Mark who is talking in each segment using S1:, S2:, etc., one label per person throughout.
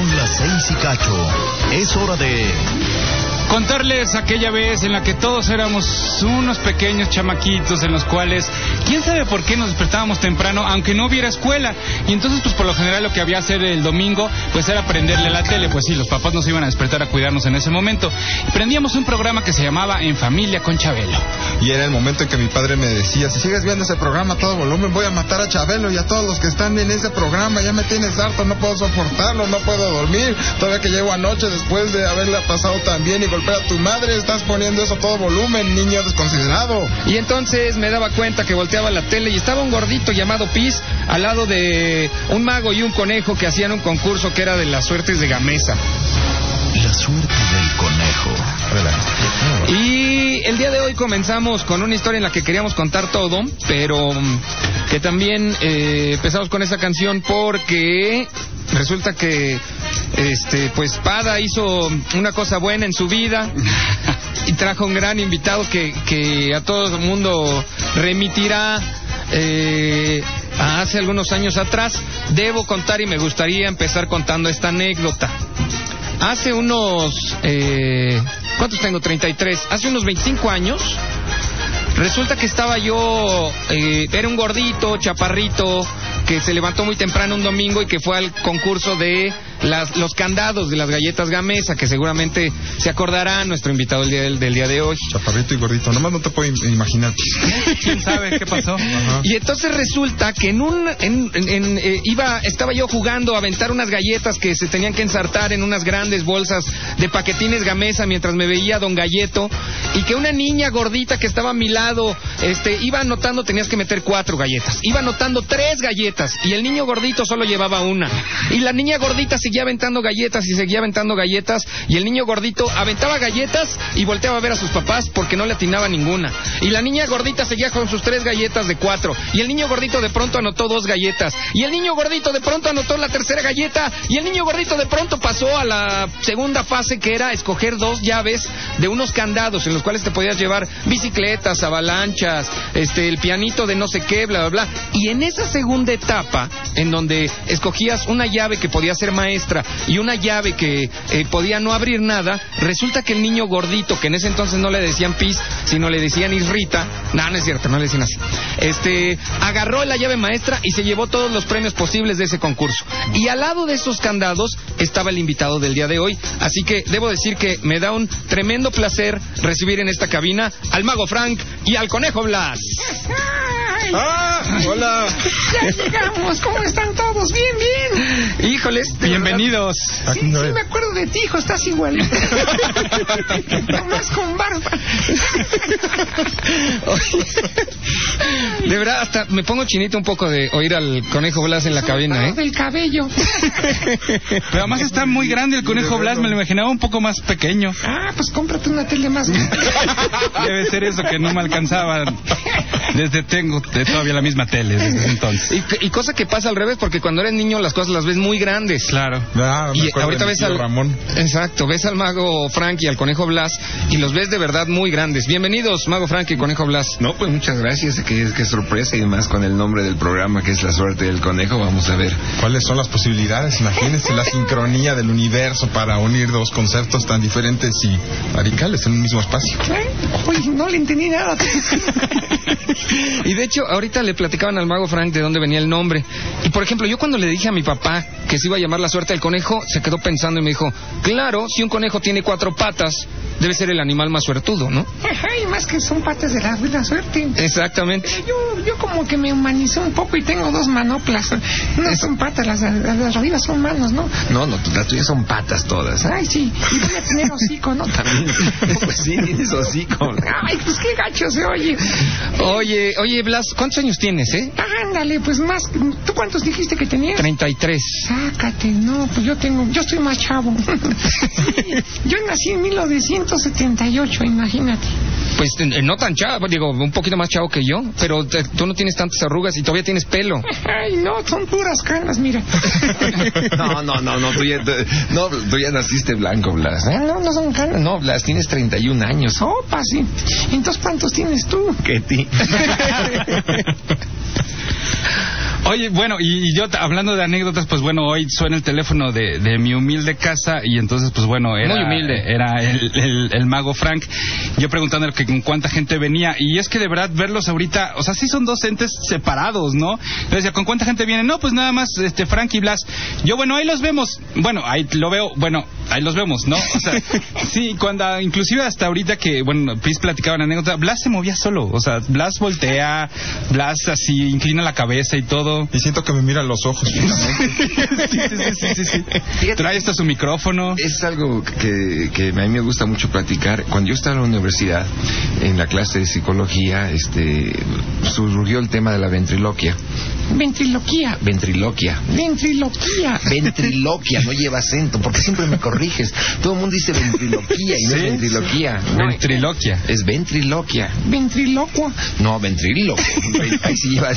S1: Luis y Cacho. Es hora de
S2: Contarles aquella vez en la que todos éramos unos pequeños chamaquitos en los cuales, quién sabe por qué nos despertábamos temprano, aunque no hubiera escuela. Y entonces, pues por lo general lo que había hacer el domingo, pues era prenderle la tele. Pues sí, los papás nos iban a despertar a cuidarnos en ese momento. Y prendíamos un programa que se llamaba En Familia con Chabelo.
S3: Y era el momento en que mi padre me decía, si sigues viendo ese programa a todo volumen, voy a matar a Chabelo y a todos los que están en ese programa, ya me tienes harto, no puedo soportarlo, no puedo dormir, todavía que llego anoche después de haberla pasado tan bien y golpear a tu madre, estás poniendo eso a todo volumen, niño desconsiderado.
S4: Y entonces me daba cuenta que volteaba la tele y estaba un gordito llamado Piz al lado de un mago y un conejo que hacían un concurso que era de las suertes de Gamesa.
S1: La suerte del conejo.
S4: Y el día de hoy comenzamos con una historia en la que queríamos contar todo, pero mm, que también eh, empezamos con esa canción porque resulta que este pues Pada hizo una cosa buena en su vida y trajo un gran invitado que, que a todo el mundo remitirá eh, a hace algunos años atrás. Debo contar y me gustaría empezar contando esta anécdota. Hace unos. eh, ¿Cuántos tengo? 33. Hace unos 25 años. Resulta que estaba yo. eh, era un gordito, chaparrito. Que se levantó muy temprano un domingo y que fue al concurso de las- los candados de las galletas Gamesa. Que seguramente se acordará nuestro invitado el día del, del día de hoy.
S3: Chaparrito y gordito, nomás no te puedo im- imaginar.
S2: ¿Quién sabe qué pasó?
S4: Y entonces resulta que en un en- en- en, eh, iba estaba yo jugando a aventar unas galletas que se tenían que ensartar en unas grandes bolsas de paquetines gamesa mientras me veía Don Galleto y que una niña gordita que estaba a mi lado este iba anotando tenías que meter cuatro galletas iba anotando tres galletas y el niño gordito solo llevaba una y la niña gordita seguía aventando galletas y seguía aventando galletas y el niño gordito aventaba galletas y volteaba a ver a sus papás porque no le atinaba ninguna. Y la niña gordita seguía con sus tres galletas de cuatro. Y el niño gordito de pronto anotó dos galletas. Y el niño gordito de pronto anotó la tercera galleta. Y el niño gordito de pronto pasó a la segunda fase que era escoger dos llaves de unos candados en los cuales te podías llevar bicicletas, avalanchas, este, el pianito de no sé qué, bla, bla, bla. Y en esa segunda etapa, en donde escogías una llave que podía ser maestra y una llave que eh, podía no abrir nada, resulta que el niño gordito, que en ese entonces no le decían pis, sino le decían irrita, no, no es cierto, no le decían así, este, agarró la llave maestra y se llevó todos los premios posibles de ese concurso. Y al lado de esos candados estaba el invitado del día de hoy, así que debo decir que me da un tremendo placer recibir en esta cabina al mago Frank y al conejo Blas.
S5: ¡Ay!
S3: ¡Ah! ¡Hola!
S5: ¡Ya llegamos! ¿Cómo están todos? ¡Bien, bien!
S4: Híjoles, de
S2: Bienvenidos.
S3: Ah,
S5: Sí,
S3: no,
S5: sí
S3: eh.
S5: me acuerdo de ti, hijo, estás igual. Nomás con barba.
S4: De verdad, hasta me pongo chinito un poco de oír al conejo Blas en la cabina, ¿eh?
S5: Del cabello.
S2: Pero además está muy grande el conejo Blas, me lo imaginaba un poco más pequeño.
S5: Ah, pues cómprate una tele más.
S2: Debe ser eso que no me alcanzaba. Desde tengo de todavía la misma tele desde ese entonces.
S4: Y, y cosa que pasa al revés, porque cuando eres niño las cosas las ves muy grandes.
S2: Claro.
S3: Ah, me
S4: Y
S3: acuerdo
S4: ahorita
S3: de mi
S4: ves
S3: tío
S4: al
S3: Ramón.
S4: Exacto, ves al mago Frank y al conejo Blas y los ves de verdad muy grandes. Bienvenidos, mago Frank y conejo Blas.
S6: No, pues muchas gracias, que es que sorpresa y más con el nombre del programa que es La Suerte del Conejo, vamos a ver.
S3: ¿Cuáles son las posibilidades? Imagínense la sincronía del universo para unir dos conceptos tan diferentes y radicales en un mismo espacio.
S5: Uy, ¿Eh? no le entendí nada.
S4: Y de hecho, ahorita le platicaban al mago Frank de dónde venía el nombre. Y por ejemplo, yo cuando le dije a mi papá que se iba a llamar la suerte del conejo, se quedó pensando y me dijo, claro, si un conejo tiene cuatro patas, debe ser el animal más suertudo, ¿no?
S5: Ay, más que son patas de la buena suerte.
S4: Exactamente.
S5: Yo, yo como que me humanicé un poco y tengo dos manoplas. No son patas, las, las de arriba son manos, ¿no?
S6: No, no, las tuyas son patas todas.
S5: Ay, sí. Y voy a tener hocico, ¿no? También.
S6: pues sí, tienes hocico.
S5: Ay, pues qué gacho se oye.
S4: Oye, oye, Blas, ¿cuántos años tienes, eh?
S5: Ándale, pues más. ¿Tú cuántos dijiste que tenías?
S4: 33.
S5: Sácate, no, pues yo tengo, yo estoy más chavo. Sí, yo nací en 1978, imagínate.
S4: Pues eh, no tan chavo, digo, un poquito más chavo que yo, pero te- tú no tienes tantas arrugas y todavía tienes pelo.
S5: Ay, no, son puras canas, mira.
S6: No, no, no, no, tú ya, tú- no, tú ya naciste blanco, Blas. Ah, no, no son canas. No, Blas, tienes 31 años.
S5: Sopa, sí. Entonces, ¿cuántos tienes tú?
S6: Que ti.
S2: Oye, bueno, y, y yo t- hablando de anécdotas, pues bueno, hoy suena el teléfono de, de mi humilde casa y entonces, pues bueno, era,
S4: Muy humilde.
S2: era el, el- el mago Frank. Yo preguntándole que con cuánta gente venía y es que de verdad verlos ahorita, o sea, sí son dos entes separados, ¿no? Yo decía, ¿con cuánta gente viene? No, pues nada más este Frank y Blas. Yo, bueno, ahí los vemos. Bueno, ahí lo veo, bueno, ahí los vemos, ¿no? O sea, sí, cuando inclusive hasta ahorita que, bueno, Pris platicaba una anécdota, Blas se movía solo, o sea, Blas voltea, Blas así inclina la cabeza y todo.
S3: Y siento que me miran los ojos.
S2: Trae hasta su micrófono.
S6: Es algo que, que a mí me gusta mucho platicar. Cuando yo estaba en la universidad, en la clase de psicología, este, surgió el tema de la ventriloquia.
S5: Ventriloquía.
S6: Ventriloquia.
S5: Ventriloquía.
S6: Ventriloquia, no lleva acento, porque siempre me corriges. Todo el mundo dice ventriloquia y no es
S2: Sí,
S6: ventriloquia. No,
S2: Ventriloquia.
S6: es ventriloquia.
S5: Ventriloquia.
S6: No, ventrilo. Ahí sí lleva-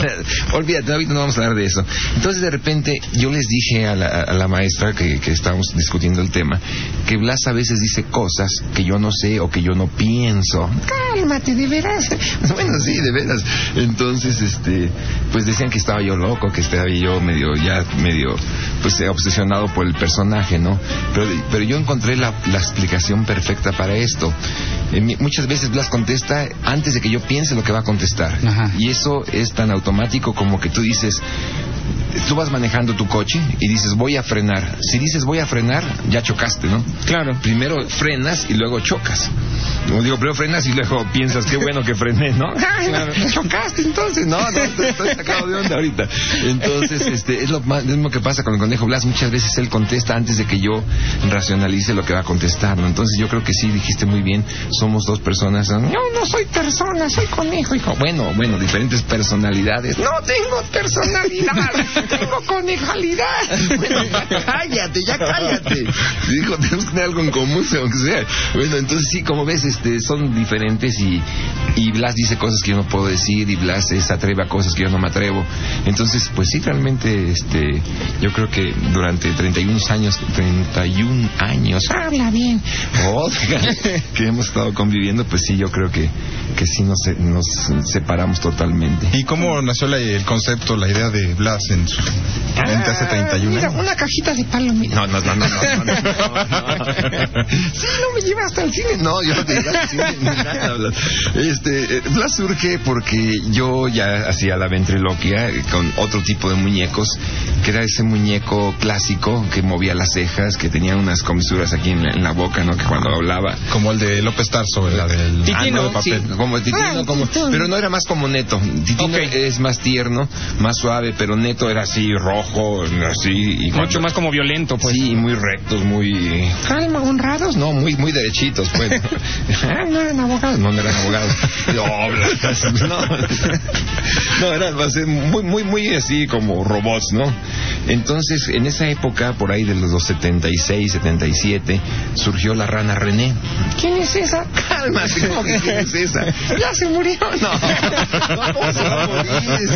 S6: Olvídate, ahorita no vamos a hablar de eso. Entonces, de repente, yo les dije a la, a la maestra que, que estábamos discutiendo el tema, que Blas a veces dice cosas que yo no sé o que yo no pienso.
S5: Cálmate, de veras.
S6: Bueno, sí, de veras. Entonces, este, pues decían que estaba yo loco, que estaba yo medio, ya medio, pues eh, obsesionado por el personaje, ¿no? Pero, pero yo encontré la, la explicación perfecta para esto. Eh, mi- muchas veces Blas contesta antes de que yo piense lo que va a contestar.
S2: Ajá.
S6: Y eso es tan automático como que tú dices, tú vas manejando tu coche y dices, voy a frenar. Si dices, voy a frenar, ya chocaste, ¿no?
S2: Claro.
S6: Primero frenas y luego chocas. Como digo, primero frenas y luego piensas, qué bueno que frené, ¿no? Chocaste entonces, no, no, estoy, estoy sacado de onda ahorita. Entonces, este, es lo más- lo mismo que pasa con el conejo Blas. Muchas veces él contesta antes de que yo racionalice lo que va a contestar, ¿no? Entonces yo creo que sí, dijiste muy bien, somos dos personas, ¿no?
S5: Yo no soy persona, soy conejo, hijo.
S6: Bueno, bueno, diferentes personalidades.
S5: No tengo personalidad, tengo conejalidad.
S6: Bueno, ya cállate, ya cállate. Dijo, tenemos que tener algo en común, aunque sea. Bueno, entonces sí, como ves, este, son diferentes y, y Blas dice cosas que yo no puedo decir y Blas eh, se atreve a cosas que yo no me atrevo. Entonces, pues sí, realmente, este, yo creo que durante 31 años, 31 años,
S5: Habla bien.
S6: oiga, que hemos estado conviviendo, pues sí, yo creo que, que sí nos, se- nos separamos totalmente.
S3: ¿Y cómo nació la- el concepto, la idea de Blas en su mente
S6: Ah,
S3: hace 31
S5: Mira,
S3: años?
S5: una cajita de palomitas.
S6: No, no, no, no, no, no, no, no.
S5: Sí, no me lleva hasta el cine.
S6: No, yo no te iba a decir ni nada, Blas. Este, eh, Blas surge porque yo ya hacía la ventriloquia eh, con otro tipo de muñecos, que era ese muñeco clásico que movía las cejas, que tenía unas comisuras aquí en la, en la boca, ¿no? Que cuando hablaba...
S3: Como el de López Tarso, la del
S6: Ah, no,
S3: de papel.
S6: pues- sí, como Titino, como- pero no era más como Neto. Titino
S2: Ok.
S6: es más tierno, más suave, pero Neto era así rojo, así. Y
S2: Mucho más como violento, pues.
S6: Sí, y muy rectos, muy pues
S5: Calma, honrados.
S6: no, muy, muy derechitos, pues. Ah, no eran abogados. No, no eran abogados. No, Blas, no. No, eran así, muy, muy, muy así como robots, ¿no? Entonces, en esa época, por ahí de los 76, 77, surgió la rana René.
S5: ¿Quién es esa?
S6: Cálmate, ¿cómo que quién es esa?
S5: Ya se murió.
S6: No, no, ¿cómo se va a morir?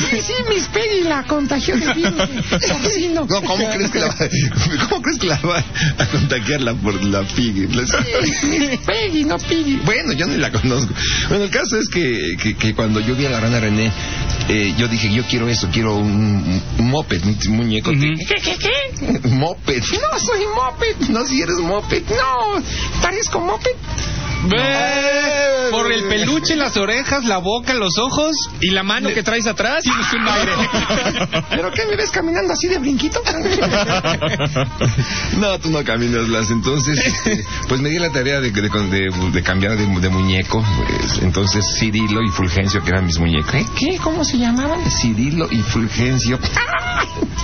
S5: Sí, sí, Miss Peggy la contagió de virus. Toxino.
S6: No, ¿cómo crees que la va, cómo crees que la va a contagiar la, por la piggy?
S5: Peggy, no Piggy.
S6: Bueno, yo ni la conozco. Bueno, el caso es que, que- que cuando yo vi a la rana René, eh, yo dije, yo quiero eso, quiero un, un moped, un muñeco.
S2: Ujú.
S5: ¿Qué, qué, qué?
S6: Moped.
S5: No soy moped.
S6: No, si eres moped.
S5: No, parezco moped.
S2: Ve, Por
S6: Eh,
S2: el peluche, las orejas, la boca, los ojos y la mano que traes atrás. Tienes un aire.
S5: ¿Pero qué me ves caminando así de brinquito?
S6: No, tú no caminas las. Entonces, este, pues me di la tarea de, de- de- de cambiar de, de muñeco. pues. entonces, Cirilo y Fulgencio, que eran mis muñecos. ¿Eh?
S5: ¿Qué? ¿Cómo se llamaban? Ah.
S6: Cirilo y Fulgencio.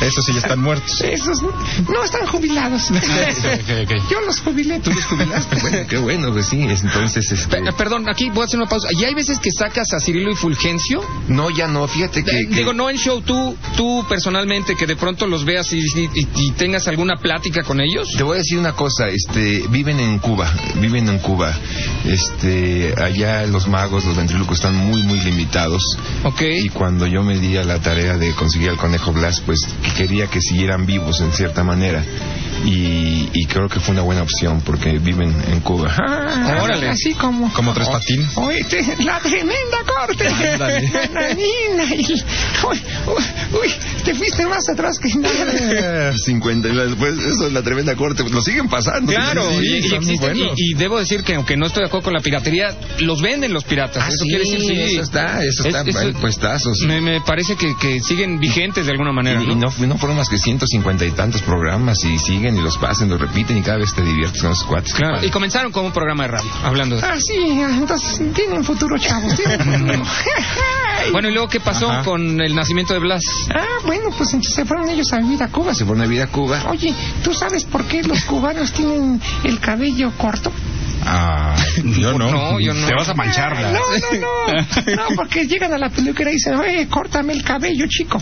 S3: Esos sí ya están muertos.
S5: Esos no están jubilados. Yo los jubilé.
S6: ¿Tú los jubilaste? Bueno, qué bueno, pues sí. es- Entonces, este...
S4: Pe- Perdón, aquí voy a hacer una pausa. ¿Y hay veces que sacas a Cirilo y Fulgencio?
S6: No, ya no. Fíjate que...
S4: Eh,
S6: que-
S4: Digo, no en show, tú, tú personalmente, que de pronto los veas y, y- y tengas alguna plática con ellos.
S6: Te voy a decir una cosa, este, viven en Cuba, viven en Cuba. Este, allá los magos, los ventrílocos están muy, muy limitados.
S4: Ok.
S6: Y cuando yo me di a la tarea de conseguir al conejo Blas, pues quería que siguieran vivos en cierta manera. Y, y creo que fue una buena opción porque viven en Cuba.
S5: Ah,
S4: Órale.
S5: Así como.
S3: Como tres patines.
S5: Oíste, la tremenda corte.
S6: Ándale.
S5: La nanina y. Uy, uy, uy, Te fuiste más atrás que nadie.
S6: 50 mil después, pues, eso es la tremenda corte. pues, Lo siguen pasando.
S4: Claro,
S6: Sí,
S4: y, y
S6: son muy
S4: existen,
S6: buenos.
S4: y, y debo decir que aunque no estoy de acuerdo con la piratería, los venden los piratas.
S6: Ah,
S4: eso
S6: sí,
S4: quiere decir, sí.
S6: eso está, eso
S4: Es-
S6: está,
S4: eso-
S6: hay puestazos.
S4: Me, me parece que, que siguen vigentes de alguna manera,
S6: Y, y
S4: ¿no?
S6: no, no fueron más que 150 y tantos programas y siguen y los pasan, los repiten y cada vez te diviertes con esos cuates.
S4: Claro, y comenzaron como un programa de radio, hablando de
S5: Ah, sí, ah, entonces tienen futuro, chavos. tienen futuro.
S4: Bueno, ¿y luego qué pasó
S6: Ajá.
S4: con el nacimiento de Blas?
S5: Ah, bueno, pues entonces se fueron ellos a vivir a Cuba.
S6: Se fueron a vivir a Cuba.
S5: Oye, ¿tú sabes por qué los cubanos tienen el cabello corto?
S3: Ah, yo no.
S4: No,
S6: pues,
S4: yo no.
S2: Te vas a manchar,
S5: No,
S2: Blas.
S5: no, no. No, porque llegan a la peluquera y dicen, oye, córtame el cabello, chico.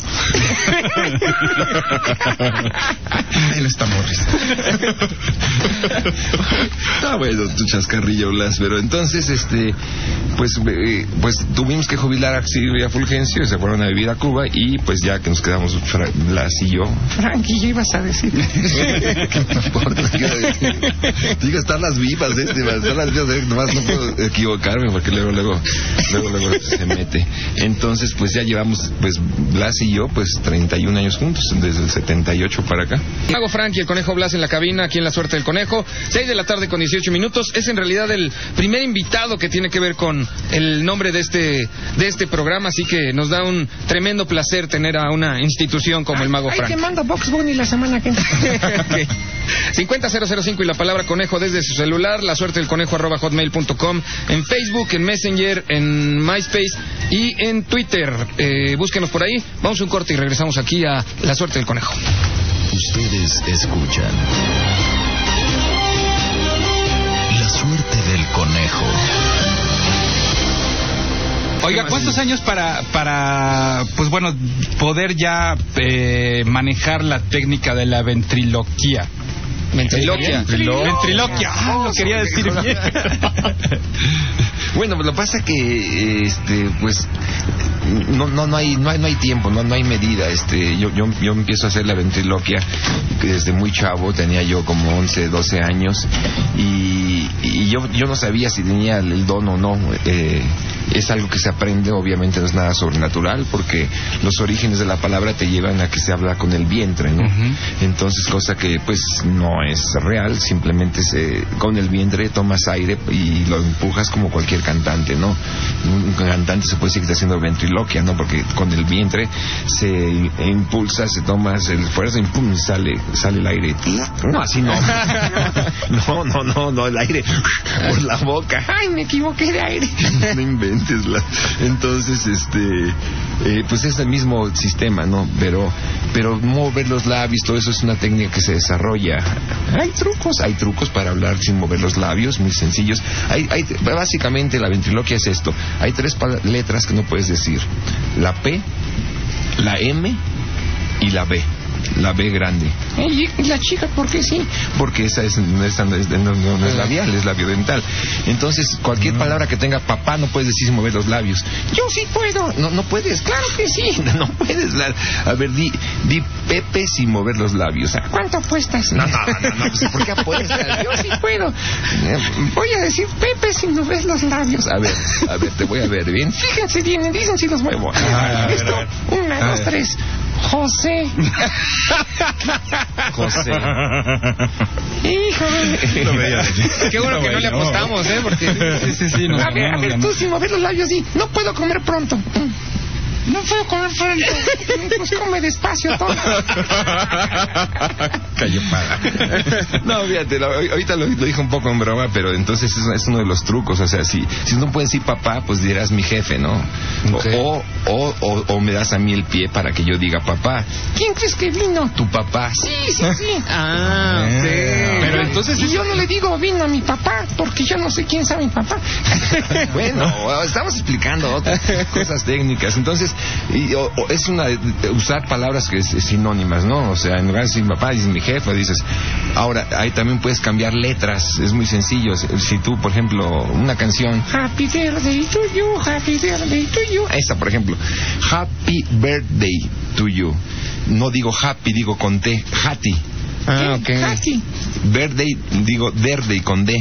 S3: Él está morris.
S6: Ah, bueno, tu chascarrillo, Blas. Pero entonces, este, pues, eh, pues tuvimos que jubilar a Silvia Fulgencio y se fueron a vivir a Cuba. Y pues ya que nos quedamos Fra- Blas y yo.
S5: Frankie, ¿qué ibas a decir?
S6: No importa, quiero decir. Digo, están las vivas, este, man, están las vivas, eh, nomás no puedo equivocarme porque luego, luego, luego, luego se mete. Entonces, pues ya llevamos, pues Blas y yo, pues 31 años juntos, desde el 78 para acá.
S4: Mago Frank y el Conejo Blas en la cabina, aquí en La Suerte del Conejo. 6 de la tarde con 18 minutos. Es en realidad el primer invitado que tiene que ver con el nombre de este, de este programa, así que nos da un tremendo placer tener a una institución como el Mago
S5: Ahí te
S4: Frank.
S5: mando Box Bunny la semana que entra.
S4: Ok. 50005 y la palabra conejo desde su celular, la suerte del conejo arroba hotmail.com, en Facebook, en Messenger, en MySpace y en Twitter. Eh, búsquenos por ahí. Vamos a un corte y regresamos aquí a La suerte del conejo.
S1: Ustedes escuchan. La suerte del conejo.
S2: Oiga, ¿cuántos años para, para, pues bueno, poder ya eh, manejar la técnica de la ventriloquía?
S4: Ventriloquia.
S2: Ventriloquia. Ah, lo quería decir bien.
S6: Bueno, lo que pasa que, este, pues, no, no, no hay, no hay, no hay tiempo, no, no hay medida. Este, yo, yo, yo empiezo a hacer la ventriloquia desde muy chavo, tenía yo como 11, 12 años, y, y yo, yo no sabía si tenía el, el don o no. Eh, es algo que se aprende, obviamente no es nada sobrenatural, porque los orígenes de la palabra te llevan a que se habla con el vientre, ¿no? Entonces, cosa que pues no es real, simplemente se, con el vientre tomas aire y lo empujas como cualquier cantante, ¿no? Un un cantante se puede decir que está haciendo ventriloquia, ¿no? Porque con el vientre se impulsa, se toma el fuerza y pum, sale, sale el aire. No, así no. No, no, no, no, el aire por la boca.
S5: Ay, me equivoqué de aire.
S6: No inventes la... Entonces, este, eh, pues es el mismo sistema, ¿no? Pero, pero mover los labios, todo eso es una técnica que se desarrolla. Hay trucos, hay trucos para hablar sin mover los labios, muy sencillos. Hay, hay, básicamente la ventriloquia es esto. Hay tres pala- letras que no puedes decir. La P, la M y la B. La B grande.
S5: Ey, ¿Y la chica por qué sí?
S6: Porque esa es, no, es, no es- no- no- no es labial, es labiodental. Entonces, cualquier palabra que tenga papá no puedes decir sin mover los labios.
S5: Yo sí puedo.
S6: No, no puedes, claro que sí, no, no puedes. la- a ver, di, di Pepe sin mover los labios. Ah,
S5: ¿Cuánto apuestas?
S6: No, no, no, no, pues, ¿por qué apuestas?
S5: Yo sí puedo.
S6: Eh, pues,
S5: Voy a decir Pepe si no ves los labios.
S6: A ver, a ver, te voy a ver bien.
S5: Fíjense bien, dicen si los muevo.
S6: Ah, a ver,
S5: Esto,
S6: a ver.
S5: una,
S6: A
S5: dos,
S6: ver.
S5: tres. José,
S6: José.
S5: hijo. de-
S4: Qué bueno que no le apostamos, ¿eh? Porque...
S2: Sí, sí, sí. nos
S5: A ver, a
S2: ganamos,
S5: ver, tú
S2: ganamos.
S5: sin mover los labios y no puedo comer pronto. No puedo comer pronto. Pues come despacio, todo.
S6: Cayó para. No, fíjate, lo- ahorita lo, lo dije un poco en broma, pero entonces es, es uno de los trucos. O sea, si, si no puedes decir papá, pues dirás mi jefe, ¿no? O-
S4: Ok.
S6: O, o, o, o me das a mí el pie para que yo diga papá.
S5: ¿Quién crees que vino?
S6: Tu papá. Sí.
S5: Sí, sí, sí. Eh,
S4: Ah, ok.
S2: Pero entonces
S5: Y yo no le digo vino a mi papá porque yo no sé quién sabe mi papá.
S6: Bueno, estamos explicando otras cosas técnicas. Entonces, y, o- o es una usar palabras que es, sinónimas, ¿no? O sea, en lugar de decir papá, dices mi jefa, dices. Ahora, ahí también puedes cambiar letras, es muy sencillo. Si- Si tú, por ejemplo, una canción,
S5: Happy birthday to you, happy birthday to you.
S6: esta, por ejemplo, Happy Birthday to you. No digo happy, digo con T, happy.
S4: Ah, ok.
S5: Eh, Happy,
S6: Birthday, digo verde con D.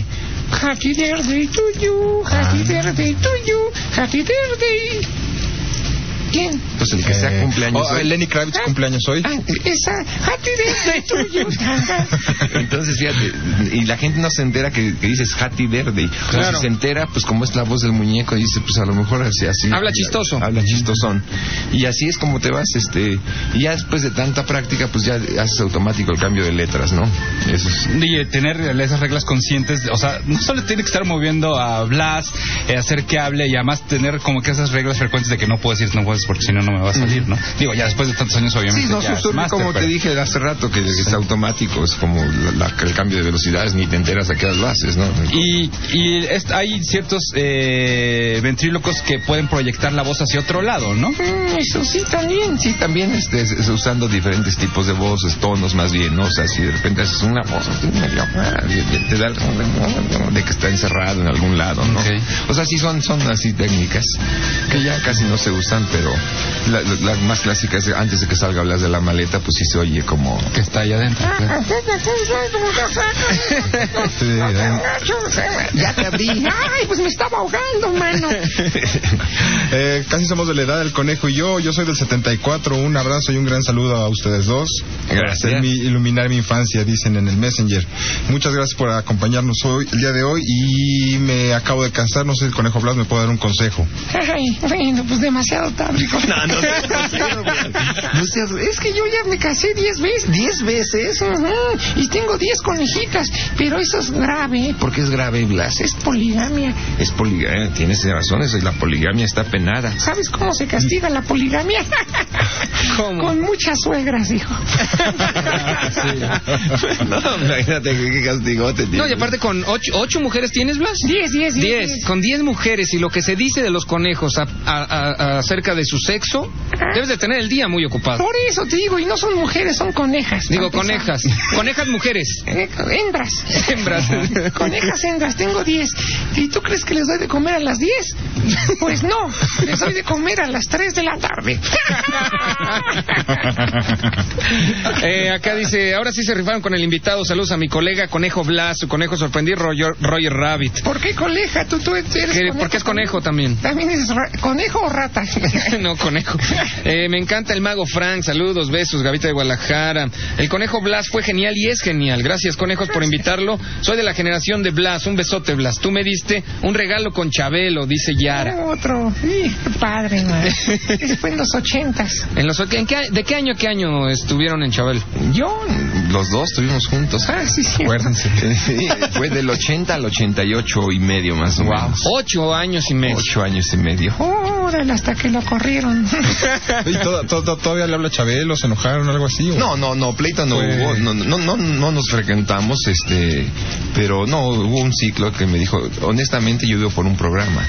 S5: happy birthday to you, happy birthday to you, happy birthday. ¿Quién?
S6: Pues el que sea
S3: Eh,
S6: cumpleaños.
S3: oh,
S6: hoy.
S3: Lenny Kravitz cumpleaños hoy.
S5: Ah, esa, happy birthday to you, tanga.
S6: Entonces, fíjate, y la gente no se entera que, que dices Hattie Verde.
S2: Claro.
S6: O si se entera, pues como es la voz del muñeco, dice, pues a lo mejor así. así-
S4: Habla chistoso.
S6: Habla chistosón. Y así es como te vas, este. Y ya después de tanta práctica, pues ya haces automático el cambio de letras, ¿no? Eso es.
S2: Y eh, tener esas reglas conscientes, o sea, no solo tiene que estar moviendo a Blas, eh, hacer que hable y además tener como que esas reglas frecuentes de que no puedo decir no puedes porque si no no me va a salir, ¿no? Digo, ya después de tantos años obviamente
S6: Sí, no
S2: ya es
S6: susurre
S2: máster,
S6: como
S2: pero-
S6: te dije hace rato, que es automático, es como la- la- el cambio de velocidades, ni te enteras a qué las haces, ¿no?
S2: Y, y est- hay ciertos eh, ventrílocos que pueden proyectar la voz hacia otro lado, ¿no?
S5: Mm, eso sí, también.
S6: Sí, también este, es- es usando diferentes tipos de voces, tonos más bien, ¿no? O sea, si de repente haces una voz, así medio, ah, y- y te da el- de que está encerrado en algún lado, ¿no?
S2: Ok.
S6: O sea, sí son, son así técnicas que ya casi no se usan, pero la, la- la más clásica es antes de que salga hablas de la maleta, pues sí se oye como...
S2: Que está allá adentro.
S3: Ah.
S6: eh,
S5: Ya te abrí. Ay, pues me estaba ahogando, mano.
S3: Eh, casi somos de la edad del conejo y yo, yo soy del 74. Un abrazo y un gran saludo a ustedes dos.
S6: Gracias.
S3: Hacer mi- iluminar mi infancia, dicen en el Messenger. Muchas gracias por acompañarnos hoy, el día de hoy. Y me acabo de casar, no sé si el conejo Blas me puede dar un consejo.
S5: Ay, bueno, pues demasiado tarde. No, no, es que yo ya me casé diez veces. ¿Diez veces? Y tengo diez conejitas, pero eso es grave. pues
S6: ¿Por qué es grave, Blas?
S5: Es poligamia.
S6: Es poligamia, tienes razones, la poligamia está penada.
S5: ¿Sabes cómo se castiga la poligamia? Con muchas suegras, hijo.
S6: no, imagínate qué qué castigote
S4: No,
S6: tiene.
S4: y aparte con ocho, ocho mujeres tienes, Blas.
S5: Diez, diez, diez.
S4: Diez, con diez mujeres y lo que se dice de los conejos a- a- a- acerca de su sexo, debes de tener el día muy ocupado.
S5: Por eso te digo, y no son mujeres, son conejas.
S4: Digo,
S5: Para empezar.
S4: conejas, conejas mujeres,
S5: Eh, hembras.
S4: hembras.
S5: Conejas hembras, tengo 10. ¿Y tú crees que les doy de comer a las 10? Pues no, les doy de comer a las 3 de la tarde.
S4: Eh, acá dice, ahora sí se rifaron con el invitado. Saludos a mi colega Conejo Blas, su conejo sorprendí Roger, Roger Rabbit.
S5: ¿Por qué coneja? ¿Tú, tú eres
S4: Que-
S5: conejo?
S4: porque es conejo también.
S5: ¿También es ra- conejo o rata?
S4: no, conejo. Eh, me encanta el mago Frank. Saludos, besos, Gavita de Guadalajara. El conejo Blas fue genial y es genial. Gracias, conejos, por invitarlo. Soy de la generación de Blas. Un besote, Blas. Tú me diste un regalo con Chabelo, dice Yara.
S5: Otro. Sí, qué padre, man. Ese fue en los ochentas.
S4: En los, ¿en qué- ¿De qué año, a qué año estuvieron en Chabelo?
S6: Yo, los dos estuvimos juntos.
S5: Ah, sí, sí.
S6: Acuérdense. Sí, Fue del 80 al 88 y medio más o menos.
S4: Ocho años y medio.
S6: Ocho años y medio.
S5: Órale, hasta que lo corrieron.
S3: ¿Y to- to- to- todavía le habla Chabelo? ¿Se enojaron o algo así? o-
S6: No, no, no, pleito no
S3: Fue-
S6: hubo, no, no, no, no nos frecuentamos, este, pero no, hubo un ciclo que me dijo, honestamente yo vivo por un programa,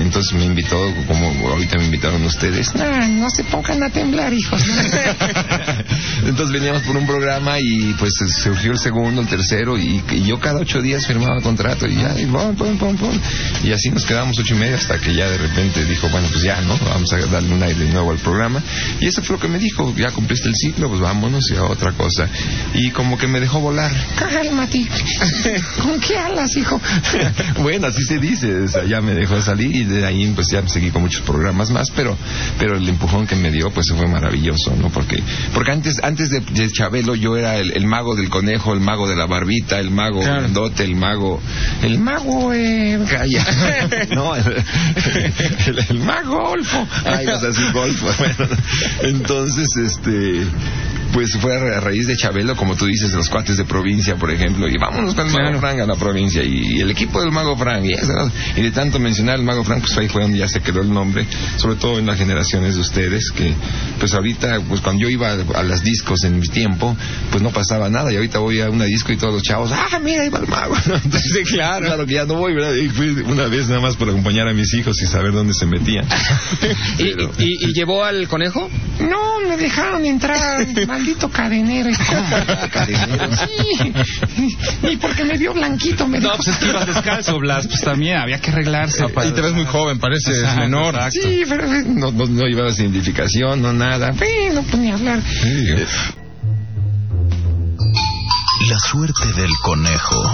S6: entonces me invitó, como ahorita me invitaron ustedes,
S5: Ah, no se pongan a temblar, hijos.
S6: Entonces veníamos por un programa y pues surgió el segundo, el tercero y, y yo cada ocho días firmaba contrato y ya, y, pum, pum, pum, pum. Y así nos quedamos ocho y media hasta que ya de repente dijo, bueno, pues ya, ¿no? Vamos a darle un aire nuevo al programa. Y eso fue lo que me dijo, ya cumpliste el ciclo, pues vámonos y a otra cosa. Y como que me dejó volar.
S5: Cálmate. ¿Con qué alas, hijo?
S6: bueno, así se dice, o sea, ya me dejó salir y de ahí pues ya seguí con muchos programas más, pero pero el empujón que me dio pues fue maravilloso, ¿no? Porque porque antes antes de, de Chabelo yo era el, el mago del conejo, el mago de la barbita, el mago grandote, el mago el mago eh, calla. no, el, el- el mago golfo. Ay, o sea, sí, golfo. pues, Bueno, entonces este pues fue a raíz de Chabelo, como tú dices, los cuates de provincia, por ejemplo, y vámonos con el Mago Frank a la provincia, y, y el equipo del Mago Frank, y, eso, y de tanto mencionar el Mago Frank, pues ahí fue donde ya se quedó el nombre, sobre todo en las generaciones de ustedes, que pues ahorita, pues cuando yo iba a las discos en mi tiempo, pues no pasaba nada, y ahorita voy a una disco y todos los chavos, ah, mira, ahí va el Mago. Entonces, claro. Claro que ya no voy, ¿verdad? Y fui una vez nada más por acompañar a mis hijos y saber dónde se metían.
S4: ¿Y, y- y- y llevó al conejo?
S5: No, me dejaron entrar, maldito cadenero. sí, y porque me vio blanquito, me
S2: No,
S5: dijo.
S2: pues es que ibas descalzo, Blas, pues también había que arreglarse.
S3: Y te ves muy joven, pareces
S2: Exacto,
S3: menor.
S2: exacto.
S5: Sí, pero eh,
S6: No, no, no llevaba identificación, no nada.
S5: bueno, pues ni hablar.
S1: La suerte del conejo.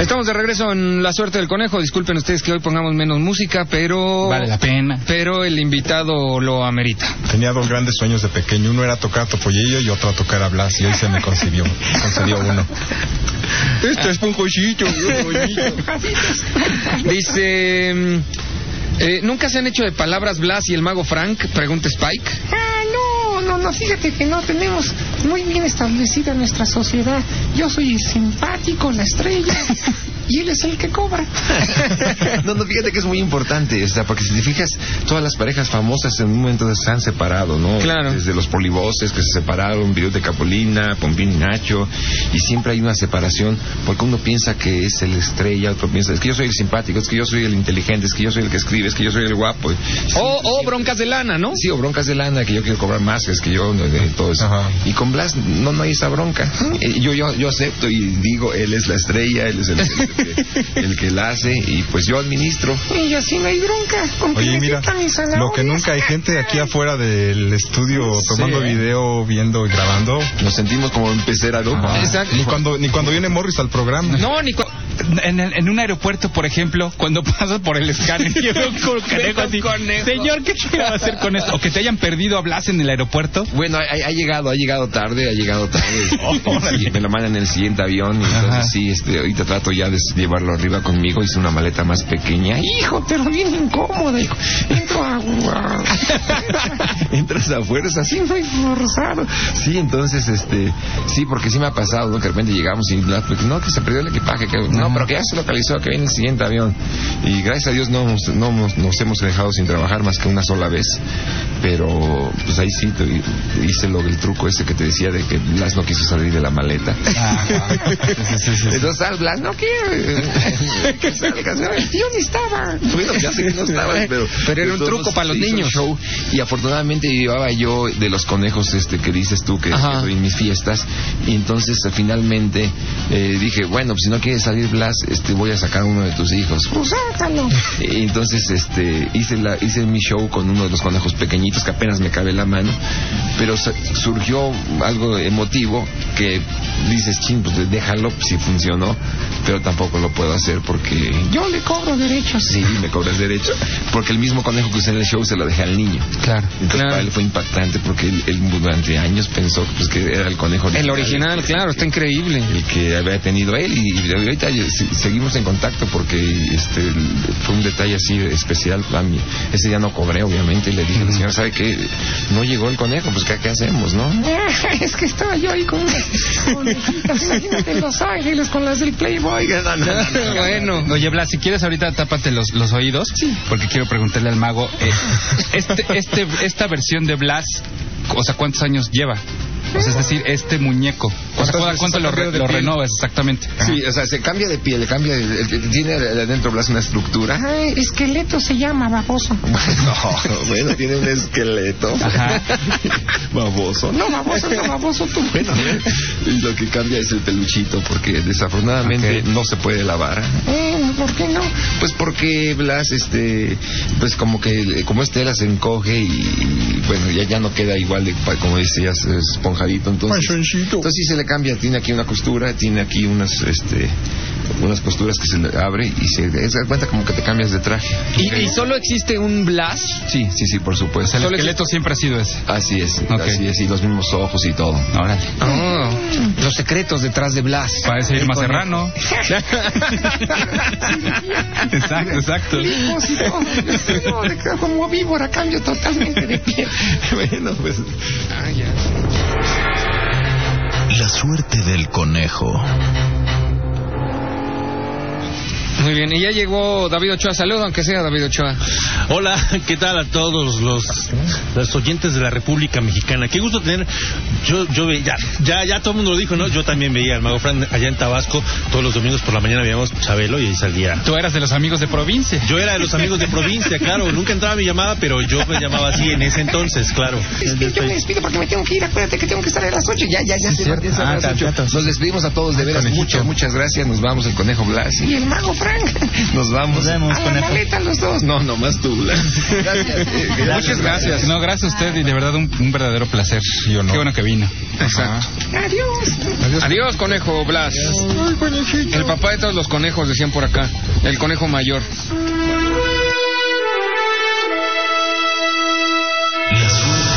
S4: Estamos de regreso en La Suerte del Conejo. Disculpen ustedes que hoy pongamos menos música, pero.
S2: Vale la pena.
S4: Pero el invitado lo amerita.
S3: Tenía dos grandes sueños de pequeño. Uno era tocar topollillo y otro a tocar a Blas. Y hoy se me concibió, concedió uno. Este es un joyillo, un joyillo.
S4: Dice. mm, eh, ¿Nunca se han hecho de palabras Blas y el mago Frank? Pregunta Spike.
S5: Ah, no, no, no, fíjate que no tenemos muy bien establecida nuestra sociedad. Yo soy el simpático, la estrella, y él es el que cobra.
S6: No, no, fíjate que es muy importante, o sea, porque si te fijas, todas las parejas famosas en un momento se han separado, ¿no?
S4: Claro.
S6: Desde los polivoces que se separaron, Violeta de Capolina, Pompín y Nacho, y siempre hay una separación, porque uno piensa que es el estrella, otro piensa, es que yo soy el simpático, es que yo soy el inteligente, es que yo soy el que escribe, es que yo soy el guapo.
S4: O, o broncas de lana, ¿no?
S6: Sí, o broncas de lana, que yo quiero cobrar más, es que yo, no, de- todo eso.
S3: Ajá.
S6: Y con Blas no, no hay esa bronca. Eh, yo, yo, yo acepto y digo, él es la estrella, él es el, el que- el que la hace, y pues yo administro.
S5: Y así no hay bronca. Con que
S3: Oye,
S5: le
S3: mira,
S5: quitan mis zanahorias.
S3: lo que nunca hay gente aquí afuera del estudio tomando
S4: ¿eh?
S3: video, viendo y grabando. Ah,
S6: Nos sentimos como en pecera, ¿no?
S4: Exacto.
S3: Ni cuando, ni cuando viene Morris al programa.
S4: No, ni cu-
S2: En, el- en un aeropuerto, por ejemplo, cuando pasas por el escáner y veo un co- conejo así, Señor, ¿qué te va a hacer con esto? O que te hayan perdido a Blas en el aeropuerto.
S6: Bueno, ha, ha- ha llegado, ha llegado tarde, ha llegado tarde. Sí, me lo mandan en el siguiente avión y entonces
S2: Ajá.
S6: sí, este, ahorita trato ya de s- llevarlo arriba conmigo. Hice una maleta más pequeña. y
S5: Hijo, pero bien incómodo. hijo. Entro a... a-
S6: Entras a fuerza, sí.
S5: Así no hay forzado.
S6: Sí, entonces, este, sí, porque sí me ha pasado, ¿no? Que de repente llegamos y no, pues, no, que se perdió el equipaje, que no, pero que ya se localizó, que viene el siguiente avión. Y gracias a Dios no, hemos- no hemos- nos hemos dejado sin trabajar más que una sola vez, pero pues ahí sí te- hice lo, el truco ese que te decía de que Blas no quiso salir de la maleta.
S3: Ah,
S6: Entonces, sal, Blas, no quiere. que salgas, ¿no?
S5: Yo ni estaba.
S6: Bueno, ya sé que no estaba, pero...
S4: Pero era un
S6: de todos
S4: truco
S6: modos,
S4: para los
S6: se hizo
S4: niños.
S6: el show. y afortunadamente llevaba yo de los conejos este que dices tú, que, que
S4: Ajá.
S6: doy en mis fiestas. Y entonces eh, finalmente eh, dije, bueno, pues si no quieres salir Blas, este, voy a sacar uno de tus hijos.
S5: Pues sácalo.
S6: Y entonces este hice la hice mi show con uno de los conejos pequeñitos que apenas me cabe la mano, pero sa- surgió algo emotivo que dices, ching, pues déjalo si funcionó, pero tampoco lo puedo hacer porque
S5: Yo le cobro derechos.
S6: sí me cobras derecho, porque el mismo conejo que usé en el show se lo dejé al niño.
S4: Claro,
S6: Entonces para él fue impactante porque él, él durante años pensó pues, que era el conejo
S4: El original, claro, está increíble.
S6: el que había tenido él y, y ahorita se- seguimos en contacto porque este fue un detalle así especial para mí. Ese día no cobré obviamente y le dije al señor sabe que no llegó el conejo pues qué, qué hacemos no
S5: Ah, Es que estaba yo ahí con conejitas, imagínate en Los Ángeles con las del Playboy.
S4: bueno.
S2: Oye, Blas, si quieres ahorita tápate los, los oídos, porque quiero preguntarle al mago, eh, este, este, esta versión de Blas, o sea, ¿cuántos años lleva? O sea, es decir, este muñeco, o sea,
S6: ¿Cuántas
S2: ¿cuánto,
S6: veces
S2: cuánto
S6: ha
S2: lo, re-
S6: cambiado de
S2: lo
S6: piel?
S2: renovas exactamente?
S6: sí o sea se cambia de piel cambia de- de- tiene adentro Blas una estructura
S5: Ajá, esqueleto se llama, baboso.
S6: no bueno tiene un esqueleto
S2: Ajá.
S6: baboso
S5: No, baboso, no, baboso tú.
S6: Bueno, y lo que cambia es el peluchito, porque desafortunadamente
S2: Ok.
S6: no se puede lavar.
S5: Eh, ¿Por qué no?
S6: Pues porque Blas, este, pues como que, como es tela se encoge y, y, bueno, ya, ya no queda igual de, pa- como decías, esponjadito. Entonces, entonces sí se le cambia, tiene aquí una costura, tiene aquí unas, este, unas costuras que se le abre y se, se da cuenta como que te cambias de traje.
S4: ¿Y, y solo existe un Blas?
S6: Sí, sí, sí, por supuesto.
S2: El esqueleto siempre ha sido ese.
S6: Así es,
S2: Ok.
S6: así es, y los mismos ojos y todo.
S2: Órale.
S4: Oh, los secretos detrás de Blas.
S2: Parece Irma Serrano. exacto, exacto.
S5: Baboso, no. Sí, no, de- como víbora cambio totalmente de piel.
S6: bueno, pues...
S1: La suerte del conejo.
S4: Muy bien, y ya llegó David Ochoa. Saludos, aunque sea David Ochoa.
S7: Hola, ¿qué tal a todos los, los oyentes de la República Mexicana? Qué gusto tener. Yo, yo veía, ya, ya todo el mundo lo dijo, ¿no? Yo también veía al Mago Fran allá en Tabasco. Todos los domingos por la mañana veíamos Chabelo y ahí salía.
S2: Tú eras de los amigos de provincia.
S7: Yo era de los amigos de provincia, claro. Nunca entraba mi llamada, pero yo me llamaba así en ese entonces, claro.
S5: Es que yo me despido porque me tengo que ir. Acuérdate que tengo que estar a las 8. Ya, ya, ya.
S6: Nos despedimos a todos de veras. Muchas, muchas gracias. Nos vamos el conejo Blas.
S5: Y el mago Frank. Frank.
S6: Nos vamos.
S8: Nos vemos,
S5: A la
S8: conejo.
S5: maleta los dos.
S6: No, nomás tú. Blas. Gracias. eh,
S3: Muchas gracias. No, gracias a usted y de verdad un, un verdadero placer. Qué bueno que vino.
S4: Exacto.
S5: Adiós.
S4: Adiós, conejo Blas.
S9: Ay, conejito.
S4: El papá de todos los conejos, decían por acá. El conejo mayor.
S10: La suerte